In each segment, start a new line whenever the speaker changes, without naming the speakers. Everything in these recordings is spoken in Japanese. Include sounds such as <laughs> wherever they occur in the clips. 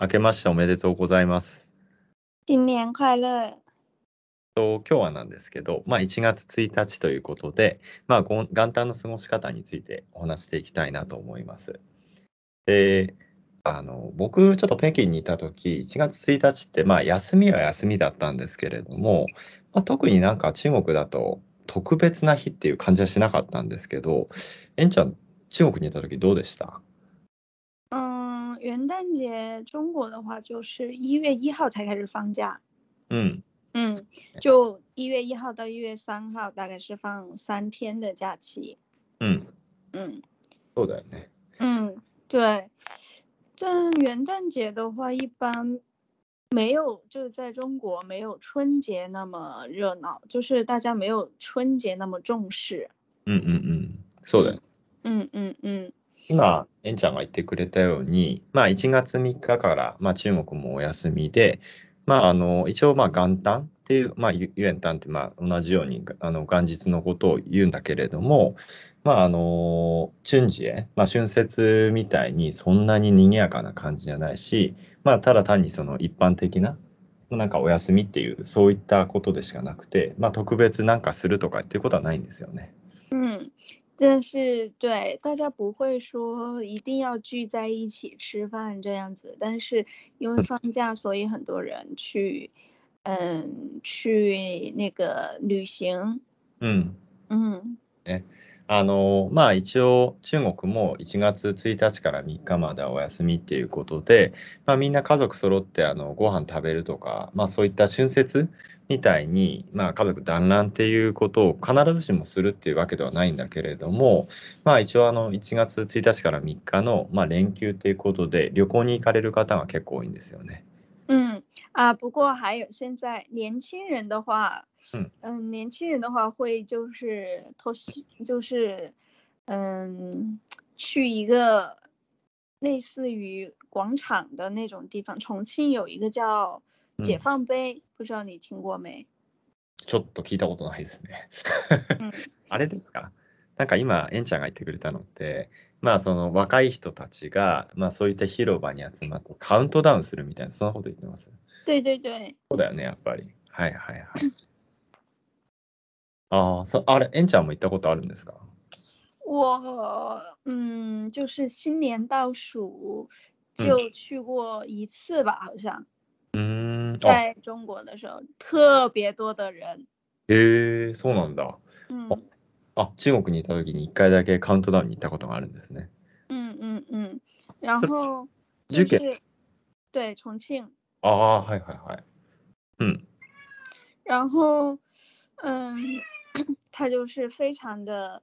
明けましておめでとうございます。
新年快乐！
と今日はなんですけど、まあ、1月1日ということで、まあ、ごん元旦の過ごし方についてお話していきたいなと思います。であの僕ちょっと北京にいた時1月1日ってまあ休みは休みだったんですけれども、まあ、特になんか中国だと特別な日っていう感じはしなかったんですけどえんちゃん中国にいた時どうでした
嗯，元旦节中国的话就是一月一号才开始放假，
うん
嗯，就一月一号到一月三号，大概是放三天的假期。
うん
嗯
そうだよね。
嗯，对。但元旦节的话，一般没有，就是在中国没有春节那么热闹，就是大家没有春节那么重视。
うんうんうんそうだよね
嗯嗯嗯
今、えんちゃんが言ってくれたように、まあ、1月3日から、まあ、中国もお休みで、まあ、あの一応、まあ、元旦っていう、まあ、ゆ元旦ってまあ同じようにあの元日のことを言うんだけれども、まあ、あの春節、まあ、春節みたいにそんなに賑やかな感じじゃないし、まあ、ただ単にその一般的な、まあなんかお休みっていう、そういったことでしかなくて、まあ、特別なんかするとかっていうことはないんですよね。
嗯，但是对大家不会说一定要聚在一起吃饭这样子，但是因为放假，所以很多人去，嗯，去那个旅行，
うん
嗯
あのまあ、一応中国も1月1日から3日まではお休みっていうことで、まあ、みんな家族揃ってあのご飯食べるとか、まあ、そういった春節みたいに、まあ、家族団らんっていうことを必ずしもするっていうわけではないんだけれども、まあ、一応あの1月1日から3日の、まあ、連休っていうことで旅行に行かれる方が結構多いんですよね。
嗯啊，不过还有现在年轻人的话，
嗯
嗯，年轻人的话会就是偷袭，就是嗯，去一个类似于广场的那种地方。重庆有一个叫解
嗯
放碑，不知道你听过没？
ちょっと聞いたことないですね。
嗯
<laughs> あれですかなんか今、エンちゃんが言ってくれたのって、まあその若い人たちが、まあそういった広場に集まってカウントダウンするみたいな、そんなこと言ってます。
对对对，
そうだよね、やっぱり。はいはいはい。ああ、そあれ、エンちゃんも行ったことあるんですか
我嗯，就是新年倒数
嗯
就去过一次吧，好像
うーん、あ、
在中国的时候，特别多的人。
へえ、そうなんだ。
嗯。
あ、中国にいた時に1回だけカウントダウンに行ったことがあるんですね。
嗯嗯嗯，然
是
后
日
就
本
是对重庆，
ああ、はいはいはい。うん、
然后嗯，它就是非常的，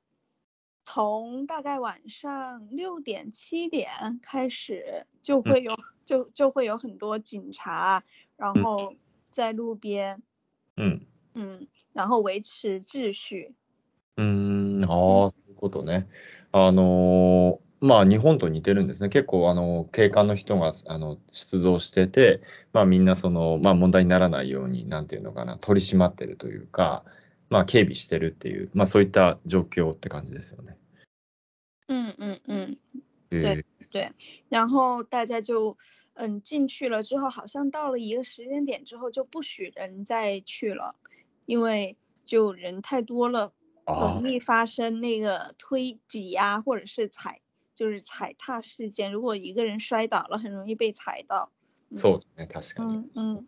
从大概晚上六点七点开始
嗯
就会有、就就会有很多警察，然
嗯
后在路边，
うん。
嗯，然后维持秩序，
うーん、ああ、そういうことね。あのーまあ、日本と似てるんですね。結構、あの警官の人があの出動してて、まあ、みんなその、まあ、問題にならないように、なんていうのかな、取り締まってるというか、まあ、警備してるっていう、まあ、そういった状況って感じですよね。
嗯嗯嗯，
え
然后大家就嗯进去了之后，好像到了一个时间点之后就不许人再去了，因为就人太多了，
あ
容易发生那个推挤呀、或者是踩，就是踩踏事件。如果一个人摔倒了，很容易被踩到。
あ、そうだね、確かに。
嗯嗯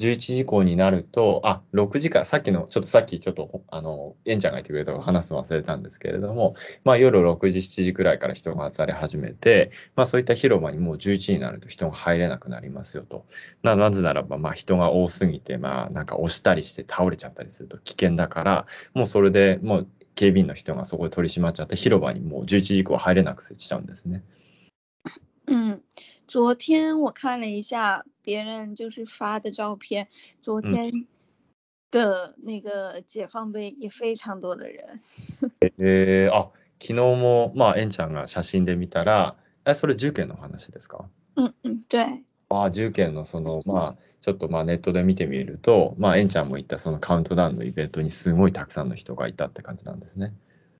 11時以降になると、あ、6時から、さっきの、ちょっとさっき、ちょっと、あの、エンちゃんが言ってくれたの話すの忘れたんですけれども、まあ、夜6時、7時くらいから人が集まり始めて、まあ、そういった広場にもう11時になると人が入れなくなりますよと。ななぜならば、まあ、人が多すぎて、まあ、なんか押したりして倒れちゃったりすると危険だから、もうそれでもう警備員の人がそこで取り締まっちゃって、広場にもう11時以降は入れなくしちゃうんですね。
嗯， <clears throat> 昨天我看了一下别人就是发的照片，昨
嗯
天的那个解放碑也非常多的人。 <laughs>
えー、あ、昨日も、まあ、エンちゃんが写真で見たら、え、それ重慶の話ですか
嗯嗯，对。
まあ、重慶のその、まあ、ちょっとまあネットで見てみると、まあ、エンちゃんも言ったそのカウントダウンのイベントにすごいたくさんの人がいたって感じなんですね。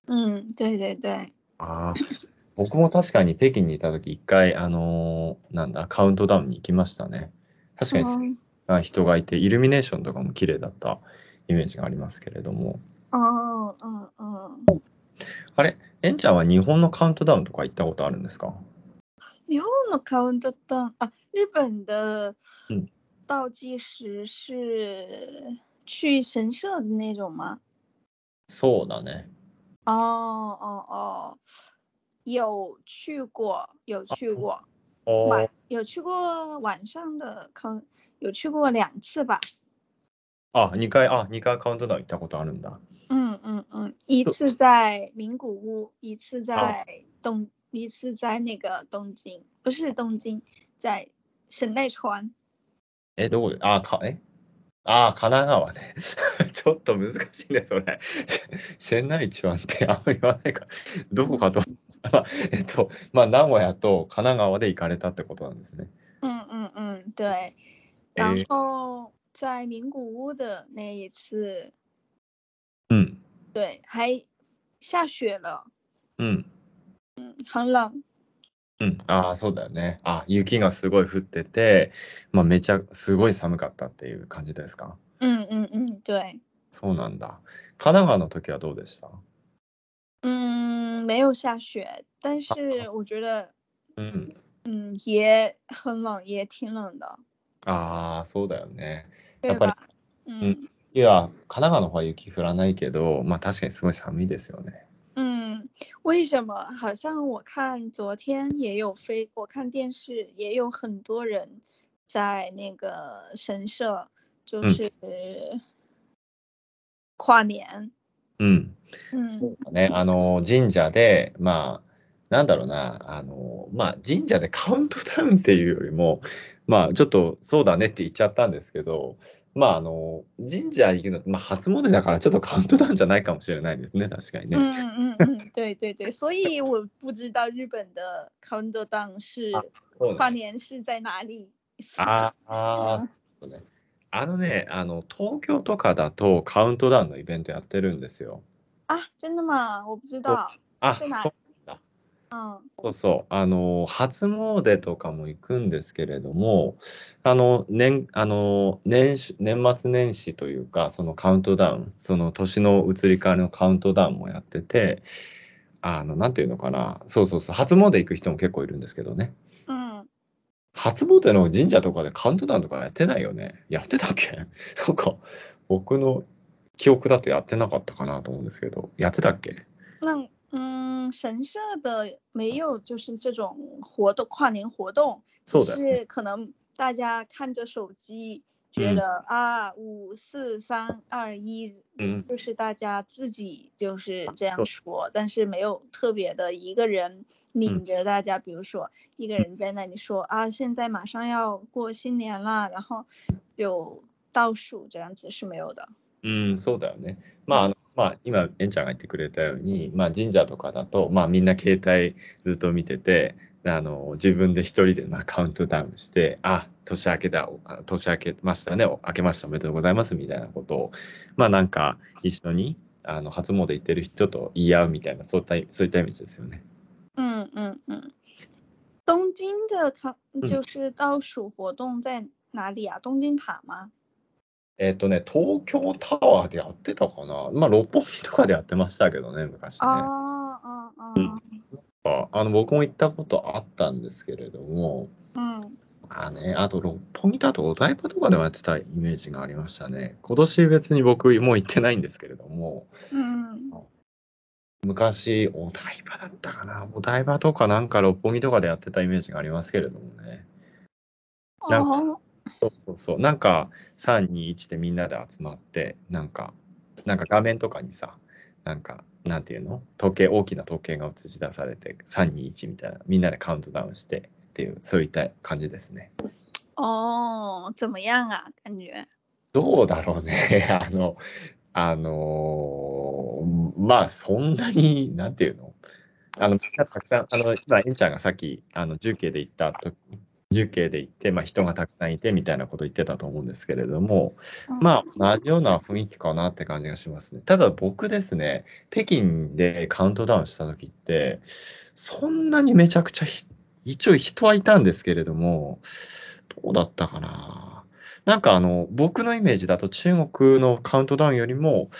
嗯，对对对，
ああ、僕も確かに北京にいた時一回、あのーなんだ、カウントダウンに行きましたね。確かに、
嗯
あ人がいて、イルミネーションとかも綺麗だったイメージがありますけれども。
哦，嗯嗯，
あれ、えんちゃんは日本のカウントダウンとか行ったことあるんですか
日本のカウントダウン啊，日本的
嗯
倒计时是去神社的那种吗？
そうだね。
哦哦哦，有去过，有去过
お
晚有去过晚上的坑，有去过两次吧。
あ、2回、あ、二回カウントダウン行ったことあるんだ。
嗯嗯嗯，一次在名古屋，一次在东，一次在那个东京，不是东京，在神奈川。
え、どこであ、か、えあ、神奈川ね。 <laughs> ちょっと難しいね、それ。 <laughs> シェンナイチュアンってあんまり言わないから、 <laughs> どこかと。あ <laughs> えっと、まあ、名古屋と神奈川で行かれたってことなんですね。
嗯嗯嗯，对。然
诶
后在名古屋的那一次，
うん、
对，还下雪了，
うん、
很冷。
うん。ああ、そうだよね。あ、雪がすごい降ってて、まあ、めちゃ、すごい寒かったっていう感じですか。
嗯嗯嗯，对。
そうなんだ。神奈川の時はどうでした
嗯，没有下雪，但是我觉得
うん。
嗯也很冷，也挺冷的，
ああ、そうだよね。
对
っぱり
吧？嗯
いや、神奈川の方は雪降らないけど、まあ確かにすごい寒いですよね。
嗯，为什么？好像我看昨天也有非，我看电视也有很多人在那个神社，就
嗯
是跨年。
うん。
嗯
そうだね。あの、神社で、まあ、なんだろうな、あの、まあ神社でカウントダウンっていうよりも、まあちょっとそうだねって言っちゃったんですけど、まああの、神社行くの、まあ初詣だからちょっとカウントダウンじゃないかもしれないですね、確かにね。
嗯嗯嗯，对对对，所以我不知道日本的 countdown 是
啊そうだ
跨
ね。
年是在哪里。 <laughs>
ああ、そうだね。あのね、あの、東京とかだとカウントダウンのイベントやってるんですよ。
啊，真的吗？我不知
我
道。
あ、
そうなん
そう
嗯
そうそう、あの、初詣とかも行くんですけれども、あの、年、あの、年始、年末年始というか、そのカウントダウン、その年の移り変わりのカウントダウンもやってて、あの、なんていうのかな、そうそうそう、初詣行く人も結構いるんですけどね。
嗯，
初詣の神社とかでカウントダウンとかやってないよね。やってたっけ <laughs> なんか、僕の記憶だとやってなかったかなと思うんですけど、やってたっけ
那嗯，神社的没有就是这种活动，跨年活动，
そうだよ
只
ね。
是可能大家看着手机，觉
嗯
得啊五四三二一，
うん。
就是大家自己就是这
そう
样说，但是没有特别的一个人领着大家，比如说一个人在那里说啊，现在马上要过新年啦，然后就倒数这样子是没有的。
うん、そうだよね。まあ、あのまあ、今、えんちゃんが言ってくれたように、まあ、神社とかだと、まあ、みんな携帯ずっと見てて、あの自分で一人でまあカウントダウンして、あ、年明けだ、おあ年明けましたね、お明けました、おめでとうございますみたいなことを、まあ、なんか一緒にあの初詣行ってる人と言い合うみたいな、そういったそういったイメージですよね。
嗯嗯嗯，东京的考就是倒数活动在哪里啊？东京塔吗？
えっ、とね、東京タワーでやってたかな、まあ、六本木とかでやってましたけどね、昔ね。
啊啊啊！
ああの僕も行ったことあったんですけれども、
嗯
まあね、あと六本木だとお台場とかでもやってたイメージがありましたね。今年別に僕もう行ってないんですけれども、
嗯
昔お台場だったかな。お台場とかなんか六本木とかでやってたイメージがありますけれどもね。なんか
哦
そうそう、なんか321でみんなで集まって、なんか、なんか画面とかにさ、なんか、なんていうの時計、大きな時計が映し出されて、321みたいな、みんなでカウントダウンしてっていう、そういった感じですね。
哦，怎么样啊？感觉
どうだろうね。 <laughs> あの、あのーまあ、そんなに、なんていうのあの、みんなたくさん、あの、今、えんちゃんがさっき、あの、重慶で行った時重慶で行って、まあ、人がたくさんいてみたいなこと言ってたと思うんですけれども、
嗯
まあ、同じような雰囲気かなって感じがしますね。ただ僕ですね、北京でカウントダウンした時って、そんなにめちゃくちゃ一応人はいたんですけれども、どうだったかな。なんかあの、僕のイメージだと中国のカウントダウンよりも、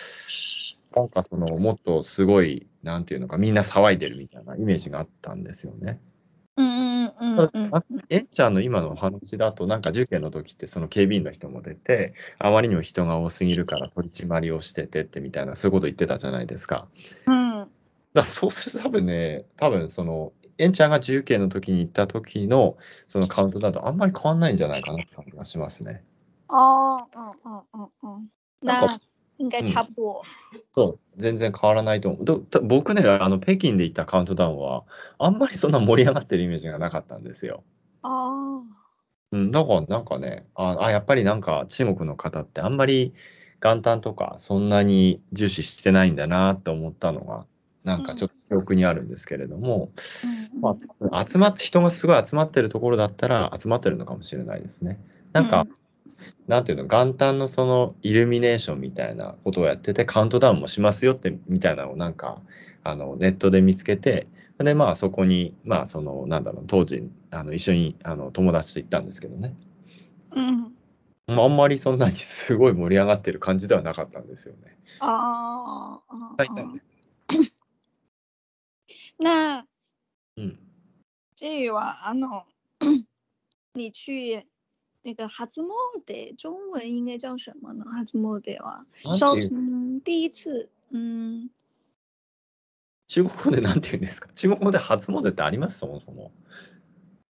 なんかその、もっとすごい、なんていうのか、みんな騒いでるみたいなイメージがあったんですよね。
うんうんうんうん
あえっちゃんの今のお話だと、なんか受験の時ってその警備員の人も出て、あまりにも人が多すぎるから取り締まりをしててってみたいな、そういうこと言ってたじゃないですか。
うん
だそうすると多分ね、多分その、えんちゃんが重慶の時に行った時のそのカウントだとあんまり変わんないんじゃないかなって感じがしますね。
哦，嗯嗯嗯嗯，
なん
那
か
应该
嗯
差不多。
そう、全然変わらないと思う。どた僕ね、あの北京で行ったカウントダウンは、あんまりそんな盛り上がってるイメージがなかったんですよ。
哦，
うん、だからなんかね、ああ、やっぱりなんか中国の方ってあんまり元旦とかそんなに重視してないんだなと思ったのが、なんかちょっと記憶にあるんですけれども、
嗯
ま
嗯
あ、集まって、人がすごい集まってるところだったら集まってるのかもしれないですね。なんか、なんていうの、元旦のそのイルミネーションみたいなことをやってて、カウントダウンもしますよってみたいなのをなんか、あのネットで見つけて、で、まあそこに、まあその、なんだろう、当時、あの一緒にあの友達と行ったんですけどね。
嗯，
まああんまりそんなにすごい盛り上がってる感じではなかったんですよね。
哦哦
大胆
哦，那
うん。
这个啊，喏，你去那个哈兹莫德，中文应该叫什么呢？哈兹莫德啊，
な
稍
んていう、
嗯，第一次，嗯，
中国語でなんて言うんですか中 <laughs> 国語で初詣ってありますそもそも。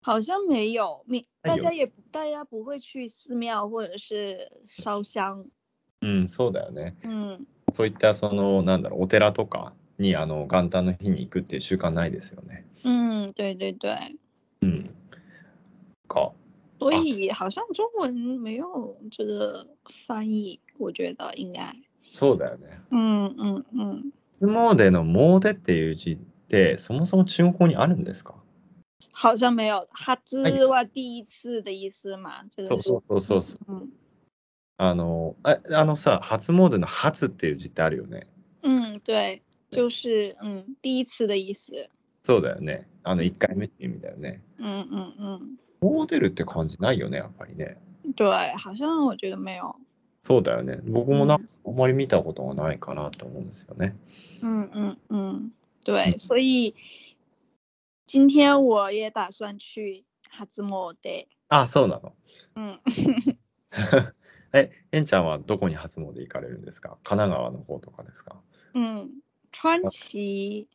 好像没有，你
哎
大
有
家也不大家不会去寺庙或者是烧香，
うん、そうだよね。
嗯。
そういったその、なんだろう、お寺とかに、あの、元旦の日に行くっていう習慣ないですよね。
嗯，对对对，
か。
所
啊
以嗯好像中文没有这个翻译，我觉得应该，
そうだよね。
嗯嗯嗯，
初詣の詣っていう字ってそもそも中国語にあるんですか
好像没有哈
哎
兹哇第一次的意思嘛，这
そ
个
う
是
そ，うそうそう。
嗯
あの、ああのさ、初詣の初っていう字ってあるよね。
嗯，对，就是嗯第一次的意思，
そうだよね。あの、1回目っていう意味だよね。
嗯嗯嗯，
詣るって感じないよね、やっぱりね。
对，好像我觉得没有，
そうだよね。僕もなんかあんまり見たことがないかなと思うんですよね。
嗯嗯嗯，对，
嗯
所以今天我也打算去哈兹莫德，
あ、そうなの。
嗯。
<laughs> え、えんちゃんはどこに初詣行かれるんですか神奈川の方とかですか
嗯，
啊
川崎，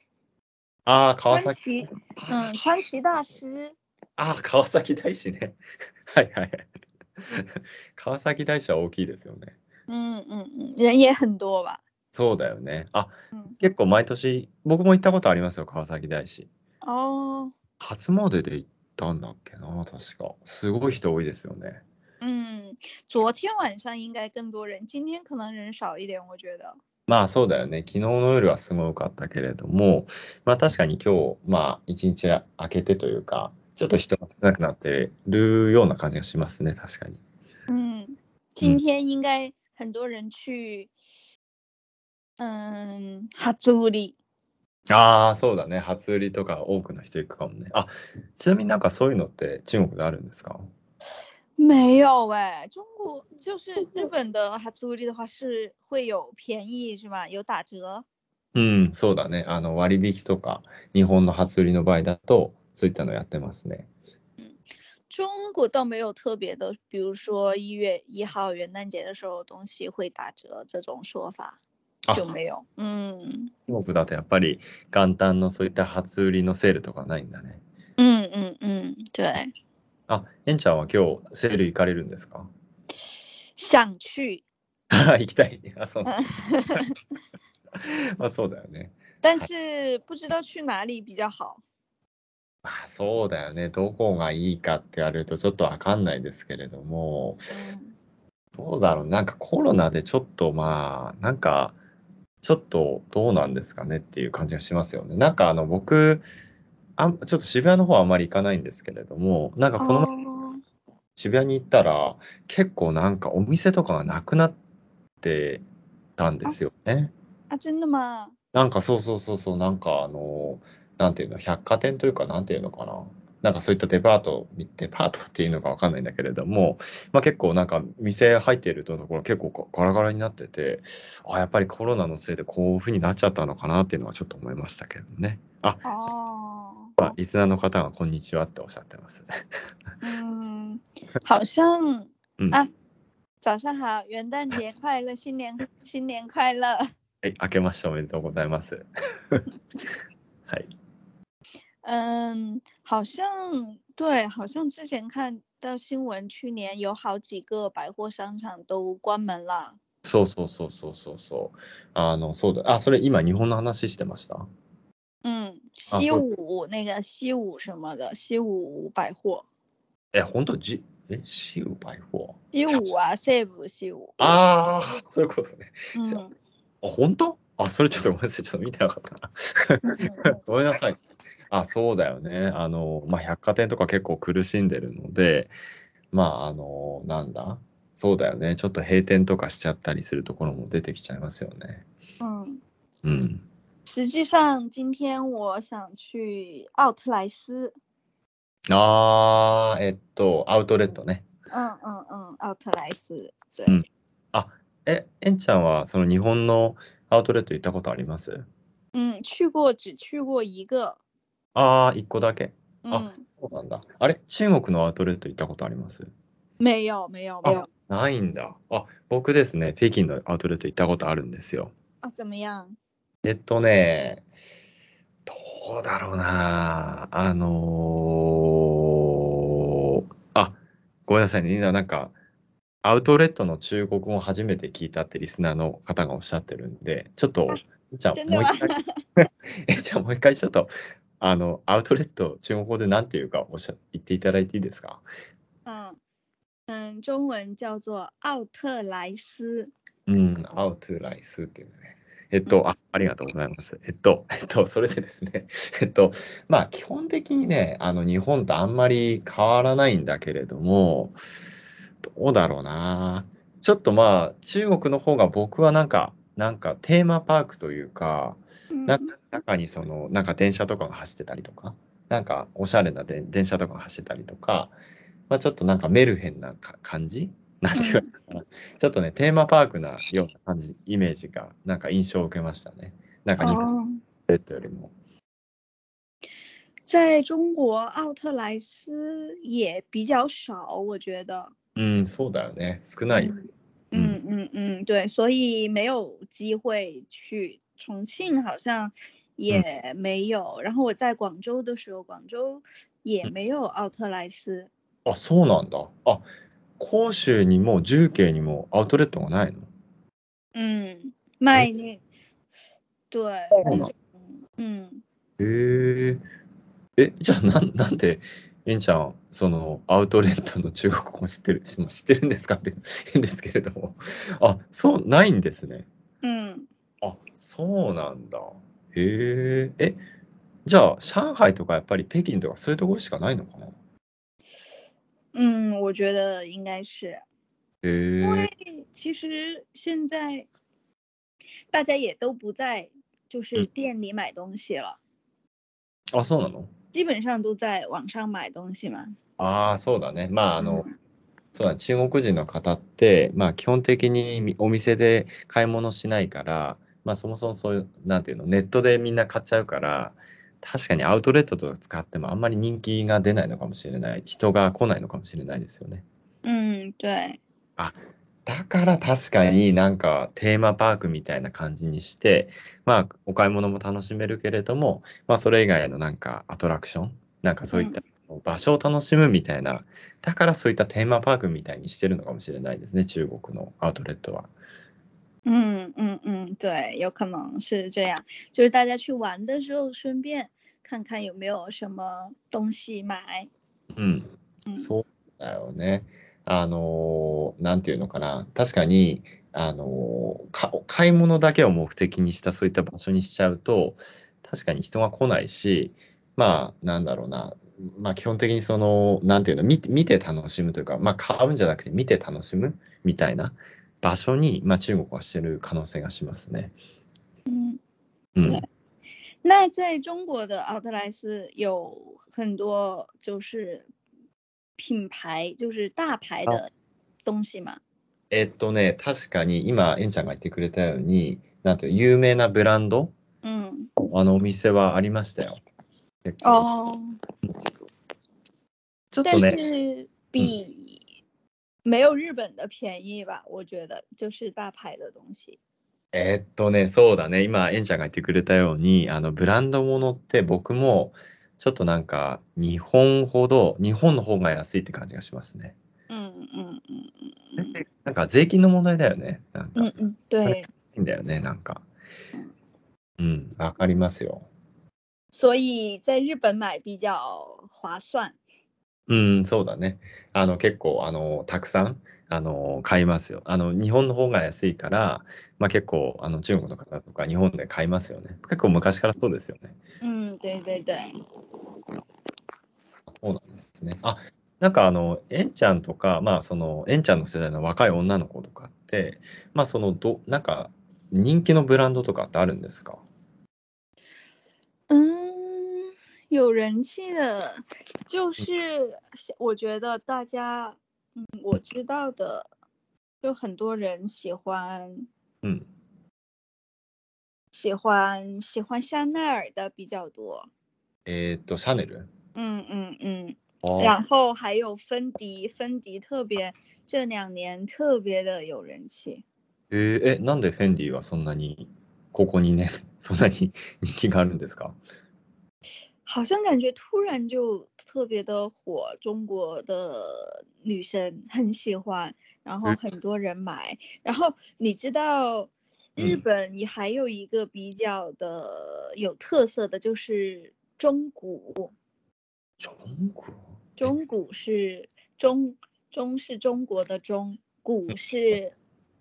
ああ、川
川
崎。
崎，嗯，川崎大师，
ああ、川崎大師ね。 <laughs> はいはいはい。川崎大師は大きいですよね。
嗯嗯嗯，人也很多吧？
そうだよね。あ、
嗯，
結構毎年、僕も行ったことありますよ、川崎大師。
哦，
初詣で行ったんだっけな、確か。すごい人多いですよね。
嗯，昨天晚上应该更多人，今天可能人少一点，我觉得。
まあそうだよね。昨日の夜はすごかったけれども、まあ確かに今日、まあ一日明けてというか、ちょっと人が少なくなってるような感じがしますね、確かに。
嗯，今天应该很多人去，嗯，哈兹乌里，
ああ、そうだね。初売りとか多くの人行くかもね。あ、ちなみになんかそういうのって中国であるんですか
没有哎，中国 <laughs> 就是日本的哈兹乌里的话是会有便宜是吧？有打折。
うん、そうだね。あの割引とか、日本の初売りの場合だと、そういったのやってますね。
中国倒没有特别的，比如说一月一号元旦节的时候东西会打折这种说法
あ、
就
中
没有。嗯
国だとやっぱり元旦のそういった初売りのセールとかないんだね。
嗯嗯嗯，对，
あ、えんちゃんは今日セール行かれるんですか
想去，
<laughs> 行きたい。あ、そう。
嗯
<laughs> まあそうだよね。
但是不知道去哪里比较好。
まあそうだよね。どこがいいかって言われるとちょっとわかんないですけれども、
嗯
どうだろう、なんかコロナでちょっとまあ、なんか、ちょっとどうなんですかねっていう感じがしますよね。なんかあの僕、あんちょっと渋谷の方はあまり行かないんですけれども、なんかこの前、
哦
渋谷に行ったら、結構なんかお店とかがなくなってたんですよね。
啊，真的吗？
なんかそうそうそうそう、なんかあの、なんていうの、百貨店というか、なんていうのかな。なんかそういったデパート、デパートっていうのかわかんないんだけれども、まあ、結構なんか店入っているところ結構ガラガラになってて、あやっぱりコロナのせいでこういうふうになっちゃったのかなっていうのはちょっと思いましたけどね。あ、
哦，
まあリスナーの方がこんにちはっておっしゃってます。
嗯，好像
うん。
啊早上好，元旦节快乐，新年新年快乐。
はい、明けましておめでとうございます。はい。
嗯，好像对，好像之前看到新闻，去年有好几个百货商场都关门了。
そうそうそうそうそうそう。あの、そうだ。あ、それ今日本の話してました
嗯，西
会
武那个西武什么的，西武百货，
え、本当じ、え、シウバイフォー。
西武啊，save 西武。
ああ、そういうことね。是
嗯，
あ、本当あ、それちょっとごめんなさい。ちょっと見てなかったな。 <laughs>
嗯
ごめんなさい。あ、そうだよね。あの、まあ、百貨店とか結構苦しんでるので、まあ、あの、なんだ。そうだよね。ちょっと閉店とかしちゃったりするところも出てきちゃいますよね。
嗯，
うん。
实际上今天我想去奥特莱斯。
あー、えっと、アウトレットね。
嗯嗯嗯，奥特莱斯。对，
嗯え、えんちゃんはその日本のアウトレット行ったことあります
嗯，去过，只去过一个。
あー、一個だけ。
嗯，
そうなんだ。あれ中国のアウトレット行ったことあります
没有，没有，没有
あ。ないんだ。あ、僕ですね、北京のアウトレット行ったことあるんですよ。
啊，怎么样？
えっとね、どうだろうな。あのーあ、ごめんなさいね。今なんか、アウトレットの中国語を初めて聞いたってリスナーの方がおっしゃってるんで、ちょっと、じゃあ
真
も
的
う一
吗？
回、 <laughs> え、じゃあもう一回ちょっと、あの、アウトレット中国語で何ていうかおっしゃ、言っていただいていいですか
嗯嗯，中文叫做奥特莱斯。
うん、アウトライスっていうね。えっと、あ、ありがとうございます。えっと、 <laughs> えっと、それでですね、 <laughs> えっと、まあ、基本的にね、あの、日本とあんまり変わらないんだけれども、どうだろうな。ちょっとまあ、中国の方が僕はなんか、なんかテーマパークというか、
嗯
那中にその、なんか電車とかが走ってたりとか、なんかおしゃれな電電車とかが走ってたりとか、まあ、ちょっとなんかメルヘンなか感じなんていう
嗯
ちょっとね、テーマパークなような感じ、イメージが、なんか印象を受けましたね。なんか日本
哦，
よりも。
在中国奥特莱斯也比较少，我觉得。
うん、そうだよね。少ないよ。
嗯嗯嗯嗯，对，所以没有机会去重庆，好像也没有。然后我在广州的时候，广州也没有奥特莱斯。
あ、そうなんだ。あ、広州にも重慶にもアウトレットがないの
嗯，卖那对
そう
那
なん
种，嗯，
へえ。え、じゃあなん、なんで、えんちゃん、その、アウトレットの中国語知ってる、しま知ってるんですかって変ですけれども。あ、そう、ないんですね。
嗯
あ、そうなんだ。へえ。え、じゃあ、上海とかやっぱり北京とかそういうところしかないのかな
嗯，我觉得应该是。
へえ。
其实现在大家也都不在就是
嗯
店里买东西了，
あ、そうなの
基本上都在网上买东西嘛。
ああ、そうだね。まあ、あの、
嗯
そうだ、中国人の方って、まあ、基本的にみお店で買い物しないから、まあ、そもそもそういう、なんていうの、ネットでみんな買っちゃうから、確かにアウトレットとか使ってもあんまり人気が出ないのかもしれない。人が来ないのかもしれないですよね。
嗯，对，
だから確かになんかテーマパークみたいな感じにして、まあお買い物も楽しめるけれども、まあそれ以外のなんかアトラクション、なんかそういった場所を楽しむみたいな、だからそういったテーマパークみたいにしてるのかもしれないですね、中国のアウトレットは。
嗯嗯嗯，对，有可能是这样，就是大家去玩的时候顺便看看有没有什么东西买。
うん。
嗯
そうだよね。あのーなんていうのかな。確かに、あのーか買い物だけを目的にしたそういった場所にしちゃうと、確かに人が来ないし、まあ、なんだろうな。まあ、基本的にその、なんていうの、見見て楽しむというか、まあ、買うんじゃなくて見て楽しむみたいな場所に、まあ、中国はしてる可能性がしますね。
嗯，
うん。
那在中国的奥特莱斯有很多就是品牌，就是大牌的东西嘛。
えっとね、確かに今、エンちゃんが言ってくれたように、なんていう有名なブランド、
嗯，
あのお店はありましたよ。結構
哦，
ちょっと
但
ね、
是比没有日本的便宜吧？我觉得就是大牌的东西。
えっとね、そうだね、今、エンちゃんが言ってくれたように、あのブランドものって僕も、ちょっとなんか、日本ほど、日本の方が安いって感じがしますね。
嗯嗯嗯嗯嗯
なんか税金の問題だよね。なんか、
嗯嗯，对，
いいんだよね、なんか。うん、わかりますよ。
所以在日本买比较划算。
うん、そうだね。あの、結構、あの、たくさん、あの、買いますよ。あの、日本の方が安いから、まあ結構、あの、中国の方とか日本で買いますよね。結構昔からそうですよね。
嗯，对对对，
そうなんですね。あ、なんかあの、えんちゃんとか、まあその、えんちゃんの世代の若い女の子とかって、まあその、ど、なんか、人気のブランドとかってあるんですか
嗯，有人气的，就是像我觉得大家，嗯，我知道的，就很多人喜欢
うん。
喜欢喜欢香奈儿的比较多，
えーっと、シャネル。
嗯嗯嗯，
あー
然后还有芬迪，芬迪特别这两年特别的有人气，
えーえ、なんでフェンディはそんなに、ここにね、 <laughs> そんなに人気があるんですか
好像感觉突然就特别的火，中国的女生很喜欢，然后
嗯
很多人买。然后你知道，日
嗯
本也还有一个比较的有特色的，就是中古。
中国
中古是中中是中国的中，
嗯
古是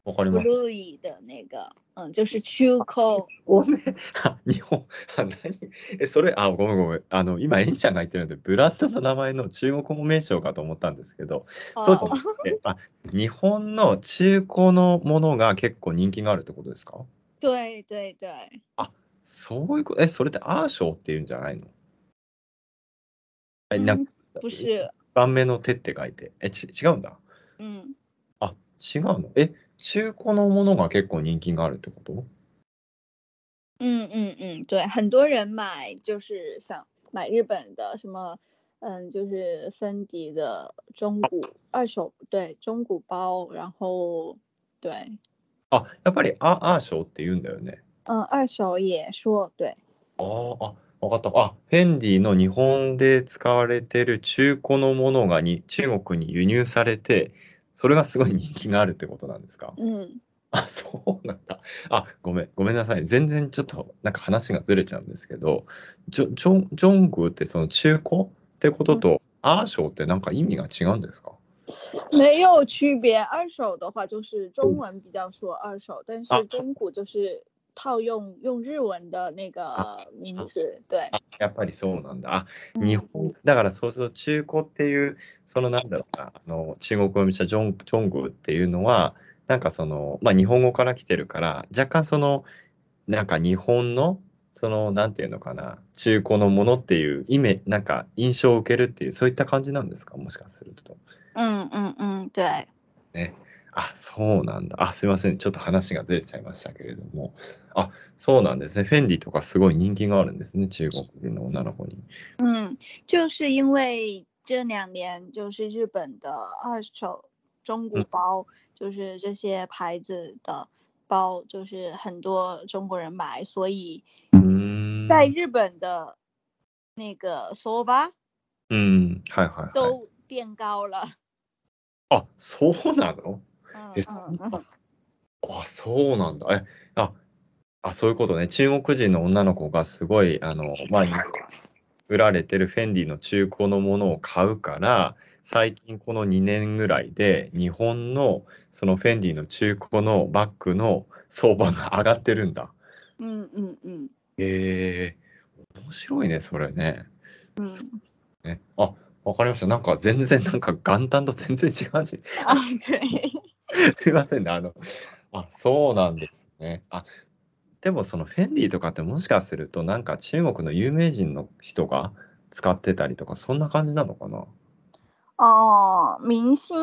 わかります。
blue 的那个，嗯，就是 chuko。
ごめん。あ日本、あ何え、それ、あ、ごめんごめん。あの、今、エンちゃんが言ってるので、ブランドの名前の中国語名称かと思ったんですけど、そうじゃ
哦
なくて、あ、日本の中古のものが結構人気があるってことですか
对对
呃
对，
そういうこと、え、それってアーショーっていうんじゃないのえ、なん
嗯
か、，
不是，
番目の手って書いて。え、ち、違うんだ。
嗯。
あ、違うのえ、中古のものが結構人気があるってこと
嗯嗯嗯，对，很多人买就是想买日本的什么，嗯，就是芬迪的中古二手，对，中古包，然后对，
あ、やっぱりアアーショーって言うんだよね。
嗯，二手也说对，
あーあ、わかった。あ、フェンディの日本で使われてる中古のものがに中国に輸入されて、それがすごい人気があるってことなんですか
嗯
あ、 <laughs> そうなんだ。あ、ごめん、ごめんなさい。全然ちょっとなんか話がずれちゃうんですけど、ジョ、ジョン、ジョングってその中古ってことと、アーショーってなんか意味が違うんですか
没有区别。二手的话就是中文比较说二手，但
啊
是中古就是套用用日文的那个名字，对，
あやっぱりそうなんだ。あ、日本、だからそうすると中古っていう、そのなんだろうな、あの中国語にしたジョン、ジョングっていうのは、なんかその、まあ日本語から来てるから、若干その、なんか日本の、その、なんていうのかな、中古のものっていう意味、なんか印象を受けるっていう、そういった感じなんですか、もしかすると。
嗯嗯嗯，对，
ね。あ、そうなんだ。あ、すいません。ちょっと話がずれちゃいましたけれども。あ、そうなんですね。フェンディとかすごい人気があるんですね、中国人の女の子に。
嗯，就是因为这两年就是日本的二手中古
嗯
包，就是这些牌子的包，就是很多中国人买，所以
うーん
在日本的那个索吧
うん、はいはいはい。
都变高了。
あ、そうなの
嗯
え、そ
嗯嗯，
あ、そうなんだ。え、あ、あ、そういうことね。中国人の女の子がすごい、あの、まあ、売られてるフェンディの中古のものを買うから、最近この2年ぐらいで、日本のそのフェンディの中古のバッグの相場が上がってるんだ。
嗯嗯嗯 <laughs>
へえ、面白いね、それね。
嗯，
ね。あ、わかりました。なんか全然、なんか元旦と全然違うし、
啊，对，
<laughs> すいませんね。あの、あ、そうなんですね。あ、でもそのフェンディとかってもしかすると、なんか中国の有名人の人が使ってたりとか、そんな感じなのかな
哦，明星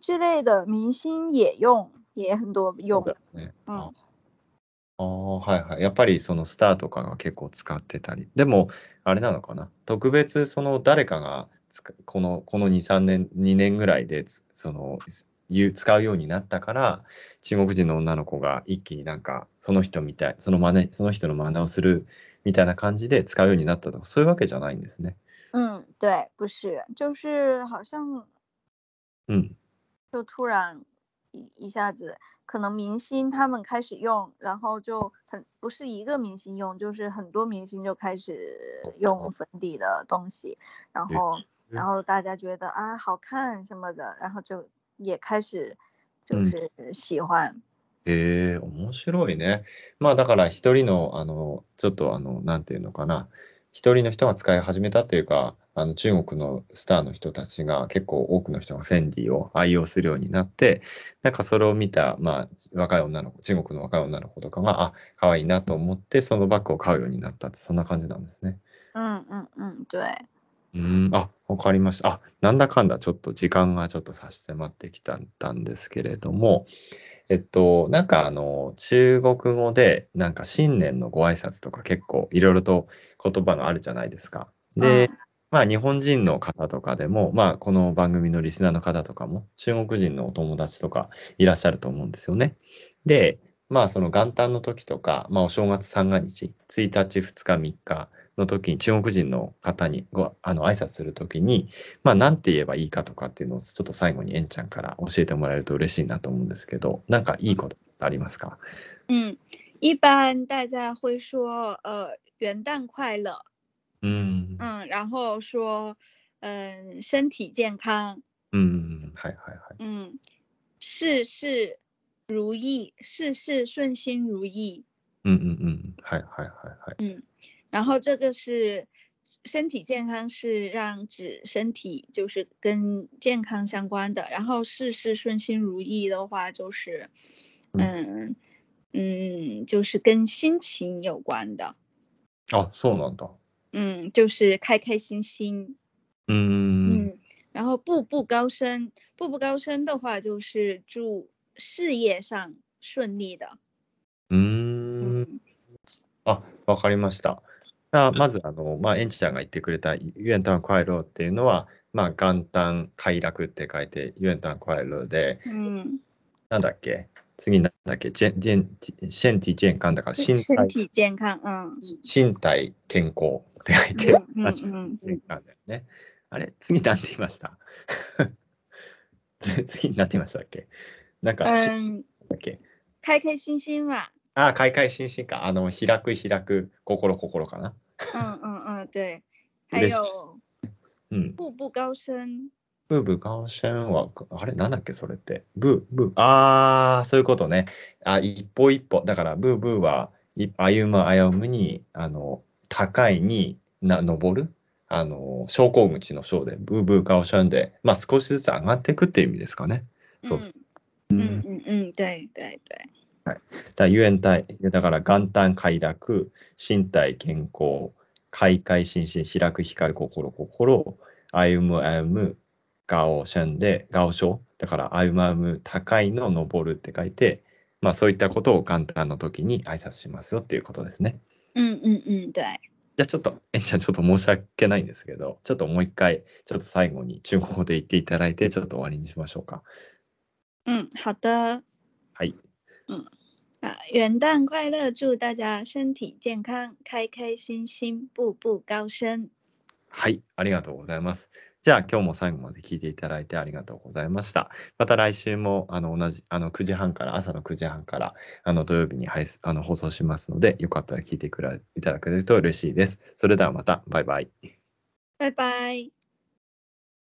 之类的，明星也用，也很多用
そ
嗯
う。だよね。
うん
ああー、はいはい。やっぱりそのスターとかが結構使ってたり。でも、あれなのかな。特別、その誰かがつくこの、この2、3年、2年ぐらいでつ、その、言う使うようになったから、中国人の女の子が一気になんか、その人みたい、その真似、その人の真似をするみたいな感じで使うようになったとか、そういうわけじゃないんですね。
嗯，对，不是，就是好像
うん。
就突然一一下子，可能明星他们开始用，然后就很不是一个明星用，就是很多明星就开始用粉底的东西，然
也
后然
是
后大家觉得啊好看什么的，然后就也开始就
嗯
是喜欢。
へえ、面白いね。まあだから一人の、あの、ちょっとあの、なんていうのかな。一人の人が使い始めたというか、あの中国のスターの人たちが結構多くの人がフェンディを愛用するようになって、なんかそれを見た、まあ若い女の子、中国の若い女の子とかが、あ、可愛いなと思って、そのバッグを買うようになったって、そんな感じなんですね。
嗯嗯嗯，对，
うーん、あ、わかりました。あ、なんだかんだちょっと時間がちょっと差し迫ってきたたんですけれども、えっと、なんかあの、中国語で、なんか新年のご挨拶とか結構いろいろと言葉があるじゃないですか。
嗯
で、まあ日本人の方とかでも、まあこの番組のリスナーの方とかも、中国人のお友達とかいらっしゃると思うんですよね。で、まあその元旦の時とか、まあお正月三が日、1日、2日、3日の時に中国人の方にご、あの、挨拶するときに、まあ、なんて言えばいいかとかっていうのを、ちょっと最後にえんちゃんから教えてもらえると嬉しいなと思うんですけど、なんかいいことってありますか
嗯，一般大家会说呃元旦快乐，
うーん。
嗯，然后说嗯、身体健康，
うーん。はいはいはい。
嗯，事事如意，事事顺心如意，
うんうんうん。はいはいはいはい。
然后这个是身体健康是让指身体就是跟健康相关的，然后事事顺心如意的话就是
うん
嗯嗯就是跟心情有关的。
あ、そうなんだ。
嗯，就是开开心心，
うーん。
嗯，然后步步高升，步步高升的话就是祝事业上顺利的，
うーん。
嗯
あ、わかりました。あ、まず、あの、まあ、エンチちゃんが言ってくれた、ユエンタン快乐っていうのは、まあ、元旦快楽って書いて、ユエンタン快乐で、
嗯，
なんだっけ次なんだっけジェン、ジェン、シェンティジェンカンだから、
身
身
身
体、
体健康，嗯
身体健康って書い
嗯
て、あ、身体
嗯
健康だよね。あれ次なんて言いました <laughs> 次なんて言いましたっけなん
嗯
か、し、
嗯，
だっけ
开开心心嘛，
あ、開会新進か。あの、開く開く、心心かな。
嗯嗯嗯，对，还
嬉しい。
有
うん。
步步高升，
ブーブーガオシェンは、あれなんだっけそれって。ブー、ブー。ああ、そういうことね。あ、一歩一歩。だから、ブーブーは、い歩む歩むに、あの、高いに、な、登る。あの、昇降口の昇で、ブーブーガオシェンで、まあ、少しずつ上がっていくっていう意味ですかね。そうそ
嗯
う。う
嗯
ん。
嗯嗯，对对对，
だ、ゆえんたい、だから元旦快楽、身体健康、開会心身、開く光る心心、歩む歩む、顔シャンで、顔章、だから歩む歩む、高いの登るって書いて、まあそういったことを元旦の時に挨拶しますよっていうことですね。
嗯嗯嗯对，
じゃあちょっと、えんちゃんちょっと申し訳ないんですけど、ちょっともう一回、ちょっと最後に中国語で言っていただいて、ちょっと終わりにしましょうか。
嗯好的。
はい。
嗯。啊，元旦快乐！祝大家身体健康，开开心心，步步高升。
はい、ありがとうございます。じゃあ今日も最後まで聞いていただいてありがとうございました。また来週もあの同じあの9時半から朝の9時半からあの土曜日に配信あの放送しますのでよかったら聞いてくらいただけると嬉しいです。それではまたバイバイ。
拜拜。